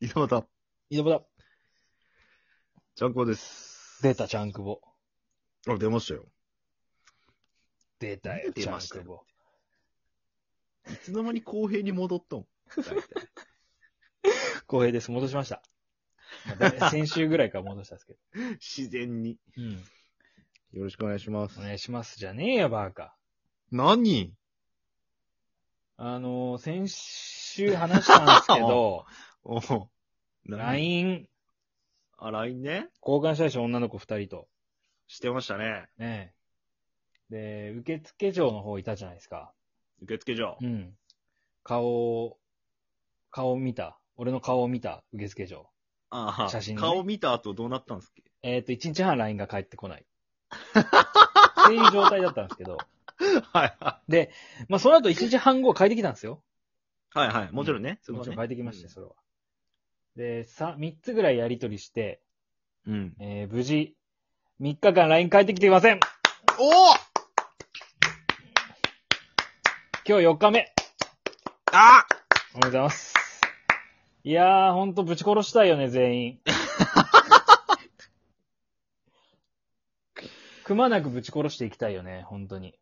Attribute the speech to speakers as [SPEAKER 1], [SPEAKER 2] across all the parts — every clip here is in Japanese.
[SPEAKER 1] 伊沢田、
[SPEAKER 2] 井戸端、
[SPEAKER 1] ちゃんこです。
[SPEAKER 2] 出た、ちゃんくぼ。
[SPEAKER 1] あ、出ましたよ。
[SPEAKER 2] 出たよ、
[SPEAKER 1] 出
[SPEAKER 2] ちゃ
[SPEAKER 1] ま
[SPEAKER 2] ん
[SPEAKER 1] したよ
[SPEAKER 2] くぼ。
[SPEAKER 1] いつの間に公平に戻ったん大体
[SPEAKER 2] 公平です。戻しました。ま あ先週ぐらいから戻したんですけど。
[SPEAKER 1] 自然に。
[SPEAKER 2] うん。
[SPEAKER 1] よろしくお願いします
[SPEAKER 2] お。願いします。じゃねえよ、バーカ。
[SPEAKER 1] 何
[SPEAKER 2] あのー、先週話したんですけ ど、
[SPEAKER 1] おう
[SPEAKER 2] LINE
[SPEAKER 1] あ、LINE ね。
[SPEAKER 2] 交換したでしょ、女の子二人と。
[SPEAKER 1] してましたね。
[SPEAKER 2] ねえ。で、受付嬢の方いたじゃないですか。
[SPEAKER 1] 受付所。
[SPEAKER 2] うん。顔を、顔を見た。俺の顔を見た、受付嬢。
[SPEAKER 1] ああ、
[SPEAKER 2] 写真ね
[SPEAKER 1] 顔見た後どうなったんですか
[SPEAKER 2] えっ、と、1日半 LINE が返ってこ ない。っていう状態だったんですけど。
[SPEAKER 1] はいは
[SPEAKER 2] で、まあ、その後1日半後帰ってきたんですよ。
[SPEAKER 1] い。はいはい。もちろんね。そこ
[SPEAKER 2] も
[SPEAKER 1] は
[SPEAKER 2] ちろ
[SPEAKER 1] ね
[SPEAKER 2] ん帰ってきましたよ、それは。で、さ、3つぐらいやりとりして、
[SPEAKER 1] うん。
[SPEAKER 2] えー、無事、3日間 LINE 帰ってきていません
[SPEAKER 1] おお
[SPEAKER 2] 今日4日目
[SPEAKER 1] あ
[SPEAKER 2] おめでとうございます。いやー、ほんとぶち殺したいよね、全 員。くまなくぶち殺していきたいよね、本当に。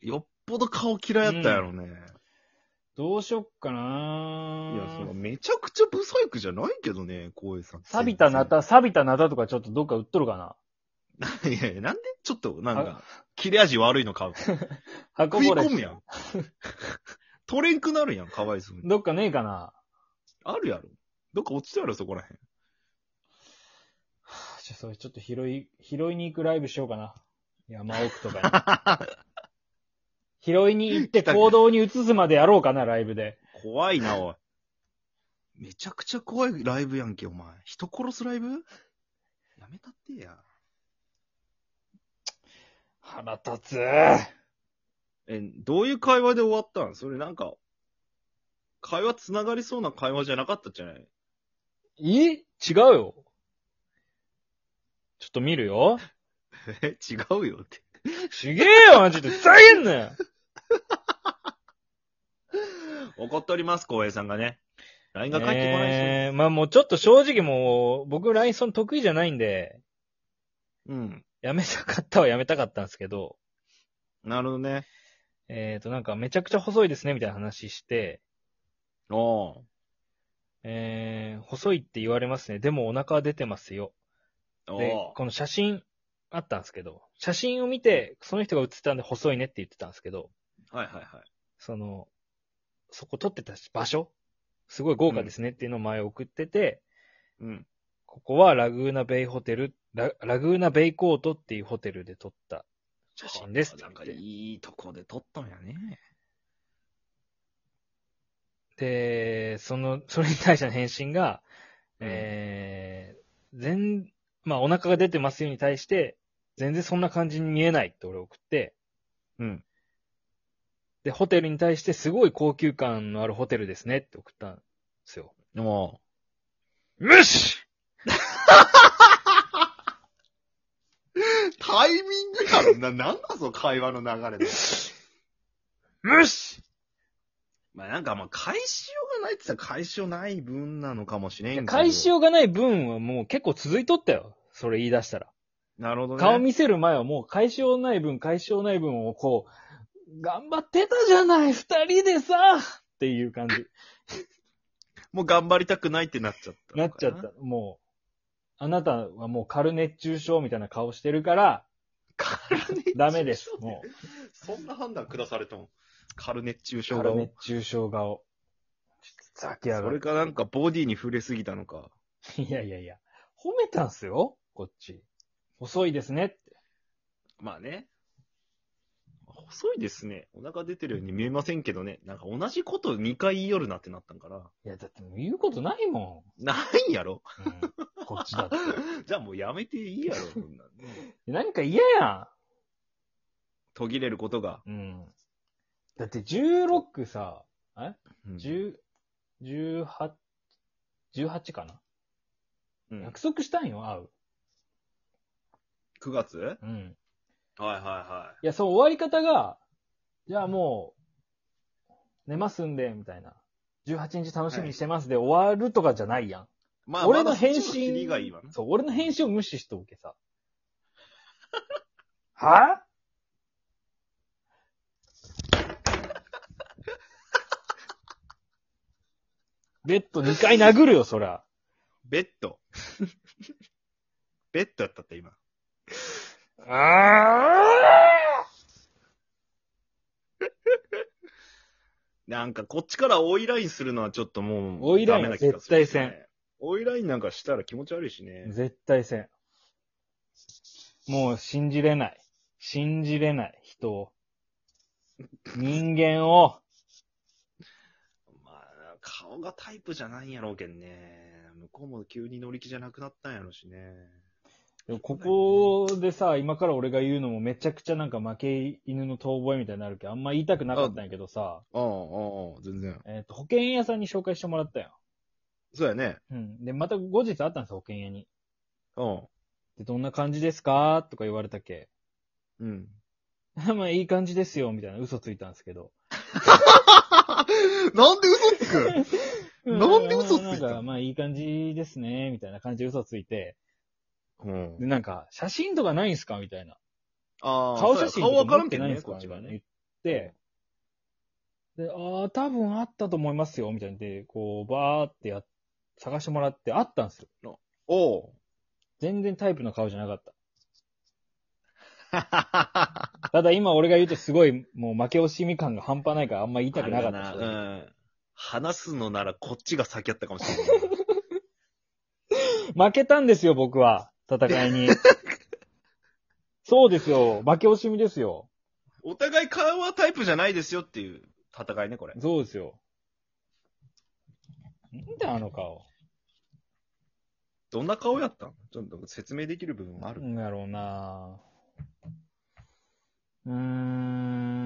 [SPEAKER 1] よっぽど顔嫌いやったやろね。
[SPEAKER 2] どうしよっかない
[SPEAKER 1] や、そのめちゃくちゃブサイクじゃないけどね、光栄さん。
[SPEAKER 2] 錆びたなた、錆びたなたとかちょっとどっか売っとるかない
[SPEAKER 1] やいや、なんでちょっと、なんか、切れ味悪いの買う。
[SPEAKER 2] 箱
[SPEAKER 1] 食い
[SPEAKER 2] ぼれ。
[SPEAKER 1] 込むやん。取れんくなるやん、かわいそうに。
[SPEAKER 2] どっかねえかな
[SPEAKER 1] あるやろ。どっか落ちたやろ、そこら へん。
[SPEAKER 2] はあじゃあそれちょっと拾い、拾いに行くライブしようかな。山奥とかに。 拾いに行って行動に移すまでやろうかな、ライブで。
[SPEAKER 1] 怖いな、おい。めちゃくちゃ怖いライブやんけ、お前。人殺すライブやめたってや。
[SPEAKER 2] 腹立つ。
[SPEAKER 1] え、どういう会話で終わったんそれなんか、会話つながりそうな会話じゃなかったじゃない
[SPEAKER 2] え違うよ。ちょっと見るよ。
[SPEAKER 1] え、違うよって。
[SPEAKER 2] ちげえよ、マジで。ふざけんなよ。
[SPEAKER 1] 怒っております、光栄さんがね。LINE が返ってこないし。
[SPEAKER 2] えーまあもうちょっと正直もう、僕 LINE その得意じゃないんで、
[SPEAKER 1] うん。
[SPEAKER 2] やめたかったはやめたかったんですけど、
[SPEAKER 1] なるほどね。
[SPEAKER 2] えっ、と、なんか、めちゃくちゃ細いですね、みたいな話して、
[SPEAKER 1] おー。
[SPEAKER 2] えー、細いって言われますね。でもお腹は出てますよ。
[SPEAKER 1] お
[SPEAKER 2] で、この写真あったんですけど、写真を見て、その人が写ってたんで細いねって言ってたんですけど、
[SPEAKER 1] ー。はいはいはい。その、
[SPEAKER 2] そこ撮ってた場所すごい豪華ですねっていうのを前送ってて、
[SPEAKER 1] うん。
[SPEAKER 2] ここはラグーナベイホテルラ、ラグーナベイコートっていうホテルで撮った写真ですって
[SPEAKER 1] なんか
[SPEAKER 2] 言って。
[SPEAKER 1] いいとこで撮ったんやね。
[SPEAKER 2] で、その、それに対しての返信が、
[SPEAKER 1] うん
[SPEAKER 2] えー、全、まあ、お腹が出てますよに対して、全然そんな感じに見えないって俺送って、
[SPEAKER 1] うん。
[SPEAKER 2] で、ホテルに対してすごい高級感のあるホテルですねって送ったんですよ。
[SPEAKER 1] でも、
[SPEAKER 2] 無視
[SPEAKER 1] タイミングやろな、なんだぞ、会話の流れで。
[SPEAKER 2] 無視
[SPEAKER 1] まあなんかまあ、返しようがないって言ったら返しようない分なのかもしれんけど。
[SPEAKER 2] 返しようがない分はもう結構続いとったよ。それ言い出したら。
[SPEAKER 1] なるほどね。
[SPEAKER 2] 顔見せる前はもう返しようない分、返しようない分をこう、頑張ってたじゃない、二人でさっていう感じ。
[SPEAKER 1] もう頑張りたくないってなっちゃった
[SPEAKER 2] な
[SPEAKER 1] の
[SPEAKER 2] っ
[SPEAKER 1] か
[SPEAKER 2] ちゃった。。もう、あなたはもう軽熱中症みたいな顔してるから、
[SPEAKER 1] 軽熱中症
[SPEAKER 2] ダメです。もう、
[SPEAKER 1] そんな判断下されたもカル熱中症が
[SPEAKER 2] 軽。熱中症顔。ちょっとふざけやが
[SPEAKER 1] それ
[SPEAKER 2] る。
[SPEAKER 1] かなんかボディに触れすぎたのか。
[SPEAKER 2] いやいやいや、褒めたんすよこっち。遅いですねって。
[SPEAKER 1] まあね。細いですね。お腹出てるように見えませんけどね。なんか同じこと2回言いよるなってなったんかな。
[SPEAKER 2] いや、だってもう言うことないも
[SPEAKER 1] ないんやろ
[SPEAKER 2] ん。うん、こっちだって。
[SPEAKER 1] じゃあもうやめていいやろ、そんなんね
[SPEAKER 2] 何か嫌や
[SPEAKER 1] 途切れることが。
[SPEAKER 2] ん。うん。だって16さ、
[SPEAKER 1] うん
[SPEAKER 2] 10、18、18かな
[SPEAKER 1] うん
[SPEAKER 2] 約束したんよ、会う。
[SPEAKER 1] 9月はい
[SPEAKER 2] うん。
[SPEAKER 1] はいはい
[SPEAKER 2] や、そう、終わり方が、じゃあもう、寝ますんで、みたいな。 18日楽しみにしてますで終わるとかじゃないやん。
[SPEAKER 1] まあ、
[SPEAKER 2] 俺
[SPEAKER 1] ま
[SPEAKER 2] の
[SPEAKER 1] だそっち切
[SPEAKER 2] 返信
[SPEAKER 1] りがいいわな。
[SPEAKER 2] そう、俺の返信を無視しとけさ。はベッド2回殴るよ、そら。
[SPEAKER 1] ベッド。 ベッドやったって今。
[SPEAKER 2] あ
[SPEAKER 1] なんかこっちから追いラインするのはちょっともう、
[SPEAKER 2] 追いライン
[SPEAKER 1] ダメな気がする
[SPEAKER 2] 絶対せん。
[SPEAKER 1] 追いラインなんかしたら気持ち悪いしね。
[SPEAKER 2] 絶対せん。もう信じれない。信じれない、人を。人間を。
[SPEAKER 1] まあ、顔がタイプじゃないんやろうけんね。向こうも急に乗り気じゃなくなったんやろうしね。
[SPEAKER 2] でもここでさ、今から俺が言うのもめちゃくちゃなんか負け犬の遠吠えみたいになるけど、あんま言いたくなかったんやけどさ、
[SPEAKER 1] ああ、ああ、全然。
[SPEAKER 2] えっ、と、保険屋さんに紹介してもらったよ。
[SPEAKER 1] そうやね。
[SPEAKER 2] うん。で、また後日あったんですよ、保険屋に。
[SPEAKER 1] うん。
[SPEAKER 2] で、どんな感じですかとか言われたっけ。
[SPEAKER 1] うん。
[SPEAKER 2] まあ、いい感じですよ、みたいな嘘ついたんですけど。
[SPEAKER 1] なんで嘘つくなんで嘘ついたの
[SPEAKER 2] うんなんか、まあ、いい感じですね、みたいな感じで嘘ついて。
[SPEAKER 1] うん
[SPEAKER 2] で、。なんか、写真とかないんすかみたいな。
[SPEAKER 1] ああ、
[SPEAKER 2] 顔写
[SPEAKER 1] そ
[SPEAKER 2] 真
[SPEAKER 1] うや顔わ
[SPEAKER 2] と
[SPEAKER 1] か
[SPEAKER 2] から持
[SPEAKER 1] んけ
[SPEAKER 2] って
[SPEAKER 1] ど
[SPEAKER 2] ないん
[SPEAKER 1] ね、
[SPEAKER 2] すか
[SPEAKER 1] こっ
[SPEAKER 2] み
[SPEAKER 1] たち
[SPEAKER 2] い
[SPEAKER 1] が
[SPEAKER 2] な
[SPEAKER 1] ね
[SPEAKER 2] 言。って、で、ああ、多分あったと思いますよ、みたいなんで、こう、バーってやっ、探してもらって、あったんですよ。
[SPEAKER 1] おう。
[SPEAKER 2] 全然タイプの顔じゃなかった。ただ今俺が言うとすごい、もう負け惜しみ感が半端ないからあんま言いたくなかった
[SPEAKER 1] あ
[SPEAKER 2] し
[SPEAKER 1] れだ。なうん。話すのならこっちが先やったかもしれない。
[SPEAKER 2] 負けたんですよ、僕は。戦 いに。そうですよ。負け惜しみですよ。
[SPEAKER 1] お互い顔はタイプじゃないですよっていう戦いね、これ。
[SPEAKER 2] そうですよ。なんだあの顔。
[SPEAKER 1] どんな顔やったんちょっと説明できる部分もある。
[SPEAKER 2] なんだろうなうー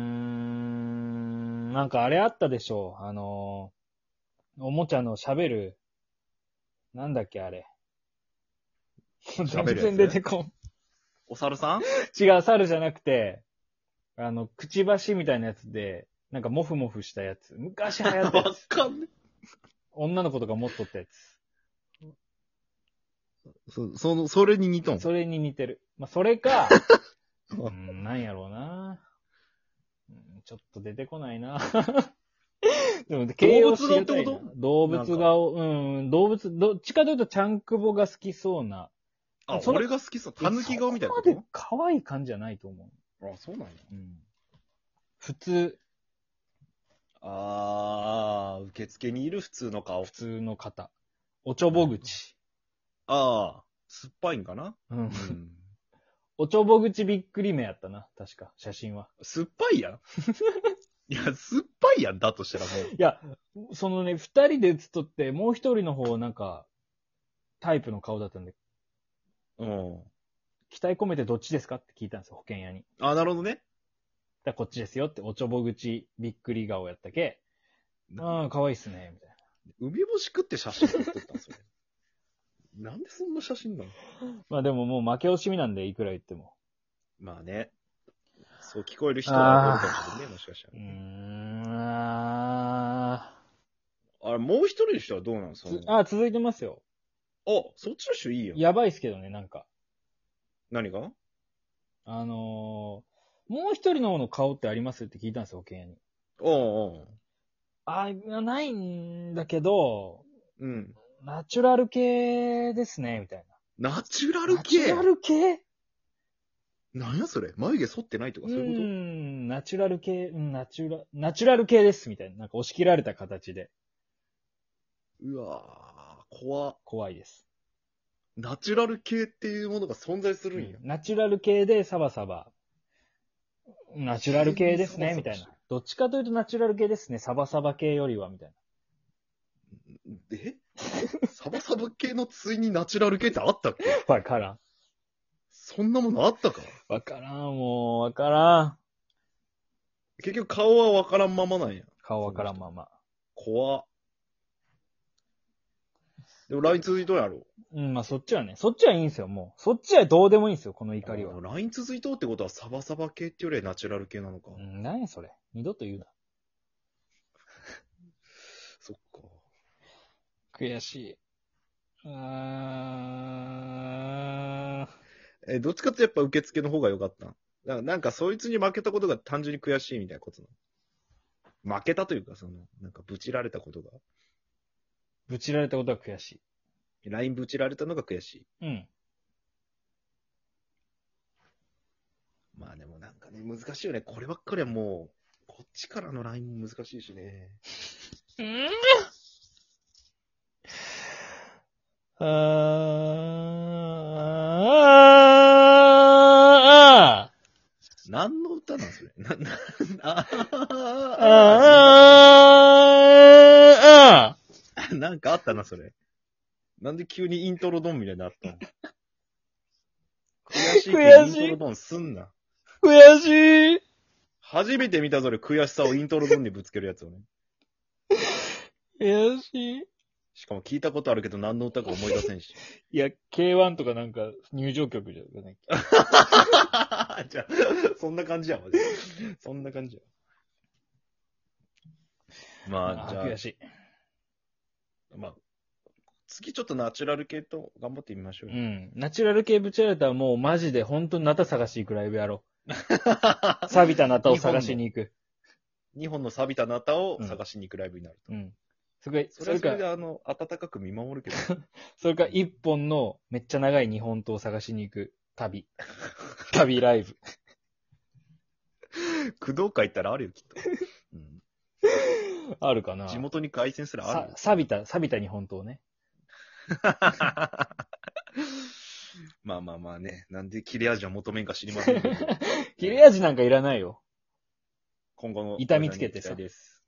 [SPEAKER 2] ん。なんかあれあったでしょあの、おもちゃの喋る、なんだっけあれ。全
[SPEAKER 1] 喋るやつ
[SPEAKER 2] 然出てこん。
[SPEAKER 1] お猿さん
[SPEAKER 2] 違う、猿じゃなくて、あの、くちばしみたいなやつで、なんかモフモフしたやつ。昔流行った や
[SPEAKER 1] わ
[SPEAKER 2] つ。
[SPEAKER 1] かんね
[SPEAKER 2] 女の子とか持っとったや
[SPEAKER 1] そその、それに似と
[SPEAKER 2] つ。それに似てる。まあ、それ か、うん、なんやろうな。うんちょっと出てこないな。 でも、形容詞が出ないな
[SPEAKER 1] 動物顔っ
[SPEAKER 2] 動物顔、うん、動物、どっちかというと、ちゃんくぼが好きそうな。
[SPEAKER 1] あ、
[SPEAKER 2] その
[SPEAKER 1] 俺が好きそう。たぬき顔みたいなこ
[SPEAKER 2] そこま
[SPEAKER 1] と
[SPEAKER 2] で可愛い感じじゃないと思
[SPEAKER 1] あ、そうなんや。
[SPEAKER 2] う。うん、普通、
[SPEAKER 1] あー、受付にいる普通の顔
[SPEAKER 2] 普。通の方。おちょぼ口。
[SPEAKER 1] あー、酸っぱいんかな
[SPEAKER 2] うん
[SPEAKER 1] う。ん。
[SPEAKER 2] おちょぼ口びっくり目やったな、確か、写真は。
[SPEAKER 1] 酸っぱいやん いや、酸っぱいやんだとしたらもう。
[SPEAKER 2] いや、そのね、二人で写っとって、もう一人の方、なんか、タイプの顔だったんで、
[SPEAKER 1] うん。
[SPEAKER 2] 期待込めてどっちですかって聞いたんですよ、保険屋に。
[SPEAKER 1] あ、なるほどね。
[SPEAKER 2] だからこっちですよって、おちょぼ口びっくり顔やったけ。ああ、可愛いっすね、みたい
[SPEAKER 1] 梅干し食って写真撮っとったんそれ。 なんでそんな写真なの
[SPEAKER 2] な。まあでももう負け惜しみなんで、いくら言っても。
[SPEAKER 1] まあね。そう聞こえる人は多いかもしれないね、もしかした
[SPEAKER 2] うー
[SPEAKER 1] ら。
[SPEAKER 2] ん、あ
[SPEAKER 1] あれ、もう一人の人はどうなの
[SPEAKER 2] ー
[SPEAKER 1] その
[SPEAKER 2] つ
[SPEAKER 1] あ
[SPEAKER 2] あー、続いてますよ。
[SPEAKER 1] そっちの人いいよ。
[SPEAKER 2] やばいっすけどね、なんか。
[SPEAKER 1] 何が
[SPEAKER 2] あのーもう一人の方の顔ってありますって聞いたんですよ、保険屋に。
[SPEAKER 1] おう
[SPEAKER 2] あ、いやないんだけど、
[SPEAKER 1] おう。うん。
[SPEAKER 2] ナチュラル系ですね、みたい
[SPEAKER 1] ナチュラ
[SPEAKER 2] な。
[SPEAKER 1] ル系
[SPEAKER 2] ナチュラル系
[SPEAKER 1] なんやそれ眉毛剃ってないとか
[SPEAKER 2] う
[SPEAKER 1] そういうこ
[SPEAKER 2] ん、ナチュラル系、うん、ナチュラ、ナチュラル系です、みたいな。なんか押し切られた形で、
[SPEAKER 1] とうわぁ、怖っ
[SPEAKER 2] 怖いです。
[SPEAKER 1] ナチュラル系っていうものが存在するんや。
[SPEAKER 2] ナチュラル系でサバサバ。ナチュラル系ですね、
[SPEAKER 1] 急
[SPEAKER 2] み
[SPEAKER 1] にサ
[SPEAKER 2] た
[SPEAKER 1] バサバ
[SPEAKER 2] い
[SPEAKER 1] して
[SPEAKER 2] な。どっちかというとナチュラル系ですね、サバサバ系よりは、みたいな。
[SPEAKER 1] え サバサバ系のついにナチュラル系ってあったっけ
[SPEAKER 2] わからん。
[SPEAKER 1] そんなものあったか
[SPEAKER 2] わからん、もう、わからん。
[SPEAKER 1] 結局顔はわからんままなんや。
[SPEAKER 2] 顔わからんまま。
[SPEAKER 1] 怖っでも LINE 続いとんやろ
[SPEAKER 2] うん、まあそっちはね、そっちはいいんですよ、もう。そっちはどうでもいいんですよ、この怒りは。
[SPEAKER 1] あ LINE 続いとうってことはサバサバ系ってよりはナチュラル系なのか。
[SPEAKER 2] うん、何やそれ。二度と言うな。悔しい。あー
[SPEAKER 1] えーどっちかってやっぱ受付の方が良かったんだからなんかそいつに負けたことが単純に悔しいみたいなことなの負けたというか、その、なんかブチられたことが、
[SPEAKER 2] ぶちられたことは悔しい。
[SPEAKER 1] LINE ブチられたのが悔しい。
[SPEAKER 2] うん。
[SPEAKER 1] まあでもなんかね、難しいよね。こればっかりはもう、こっちからの LINE も難しいしね。
[SPEAKER 2] あーあ
[SPEAKER 1] 何の歌なんそ れ。な、な、あ
[SPEAKER 2] ーあーあ
[SPEAKER 1] あなんかあったな、それ。なんで急にイントロドンみたいになったの悔しいけど
[SPEAKER 2] 悔しい
[SPEAKER 1] イントロドンすんな。
[SPEAKER 2] ー悔しい
[SPEAKER 1] 初めて見たぞ、俺悔しさをイントロドンでぶつけるやつをね。
[SPEAKER 2] 悔しい
[SPEAKER 1] しかも聞いたことあるけど何の歌か思い出せんし。
[SPEAKER 2] いや、K1 とかなんか入場曲じゃない
[SPEAKER 1] じゃあ、そんな感じやん、マジでそんな感じや。まあ、じゃあ、
[SPEAKER 2] 悔しい。
[SPEAKER 1] まあ、次ちょっとナチュラル系と頑張ってみましょう
[SPEAKER 2] う
[SPEAKER 1] よ。
[SPEAKER 2] ん。ナチュラル系ぶちられたらもうマジで本当にナタ探しに行くライブやろう。錆びたナタを探しに行く。
[SPEAKER 1] 日本の錆びたナタを探しに行くライブになると。
[SPEAKER 2] うん。それか、
[SPEAKER 1] そ
[SPEAKER 2] そ
[SPEAKER 1] れは
[SPEAKER 2] れ
[SPEAKER 1] それで、
[SPEAKER 2] か、
[SPEAKER 1] あの、温かく見守るけど。
[SPEAKER 2] それか一本のめっちゃ長い日本刀を探しに行く旅。旅ライブ。
[SPEAKER 1] 工藤会行ったらあるよ、きっと。うん
[SPEAKER 2] あるかな
[SPEAKER 1] 地元に凱旋すらある
[SPEAKER 2] さ、錆びた、錆びた日本刀ね。
[SPEAKER 1] よ。 まあまあまあね。なんで切れ味は求めんか知 りませんけど。
[SPEAKER 2] 切れ味なんかいらないよ。
[SPEAKER 1] 今後の
[SPEAKER 2] 痛みつけてさ
[SPEAKER 1] 期待です。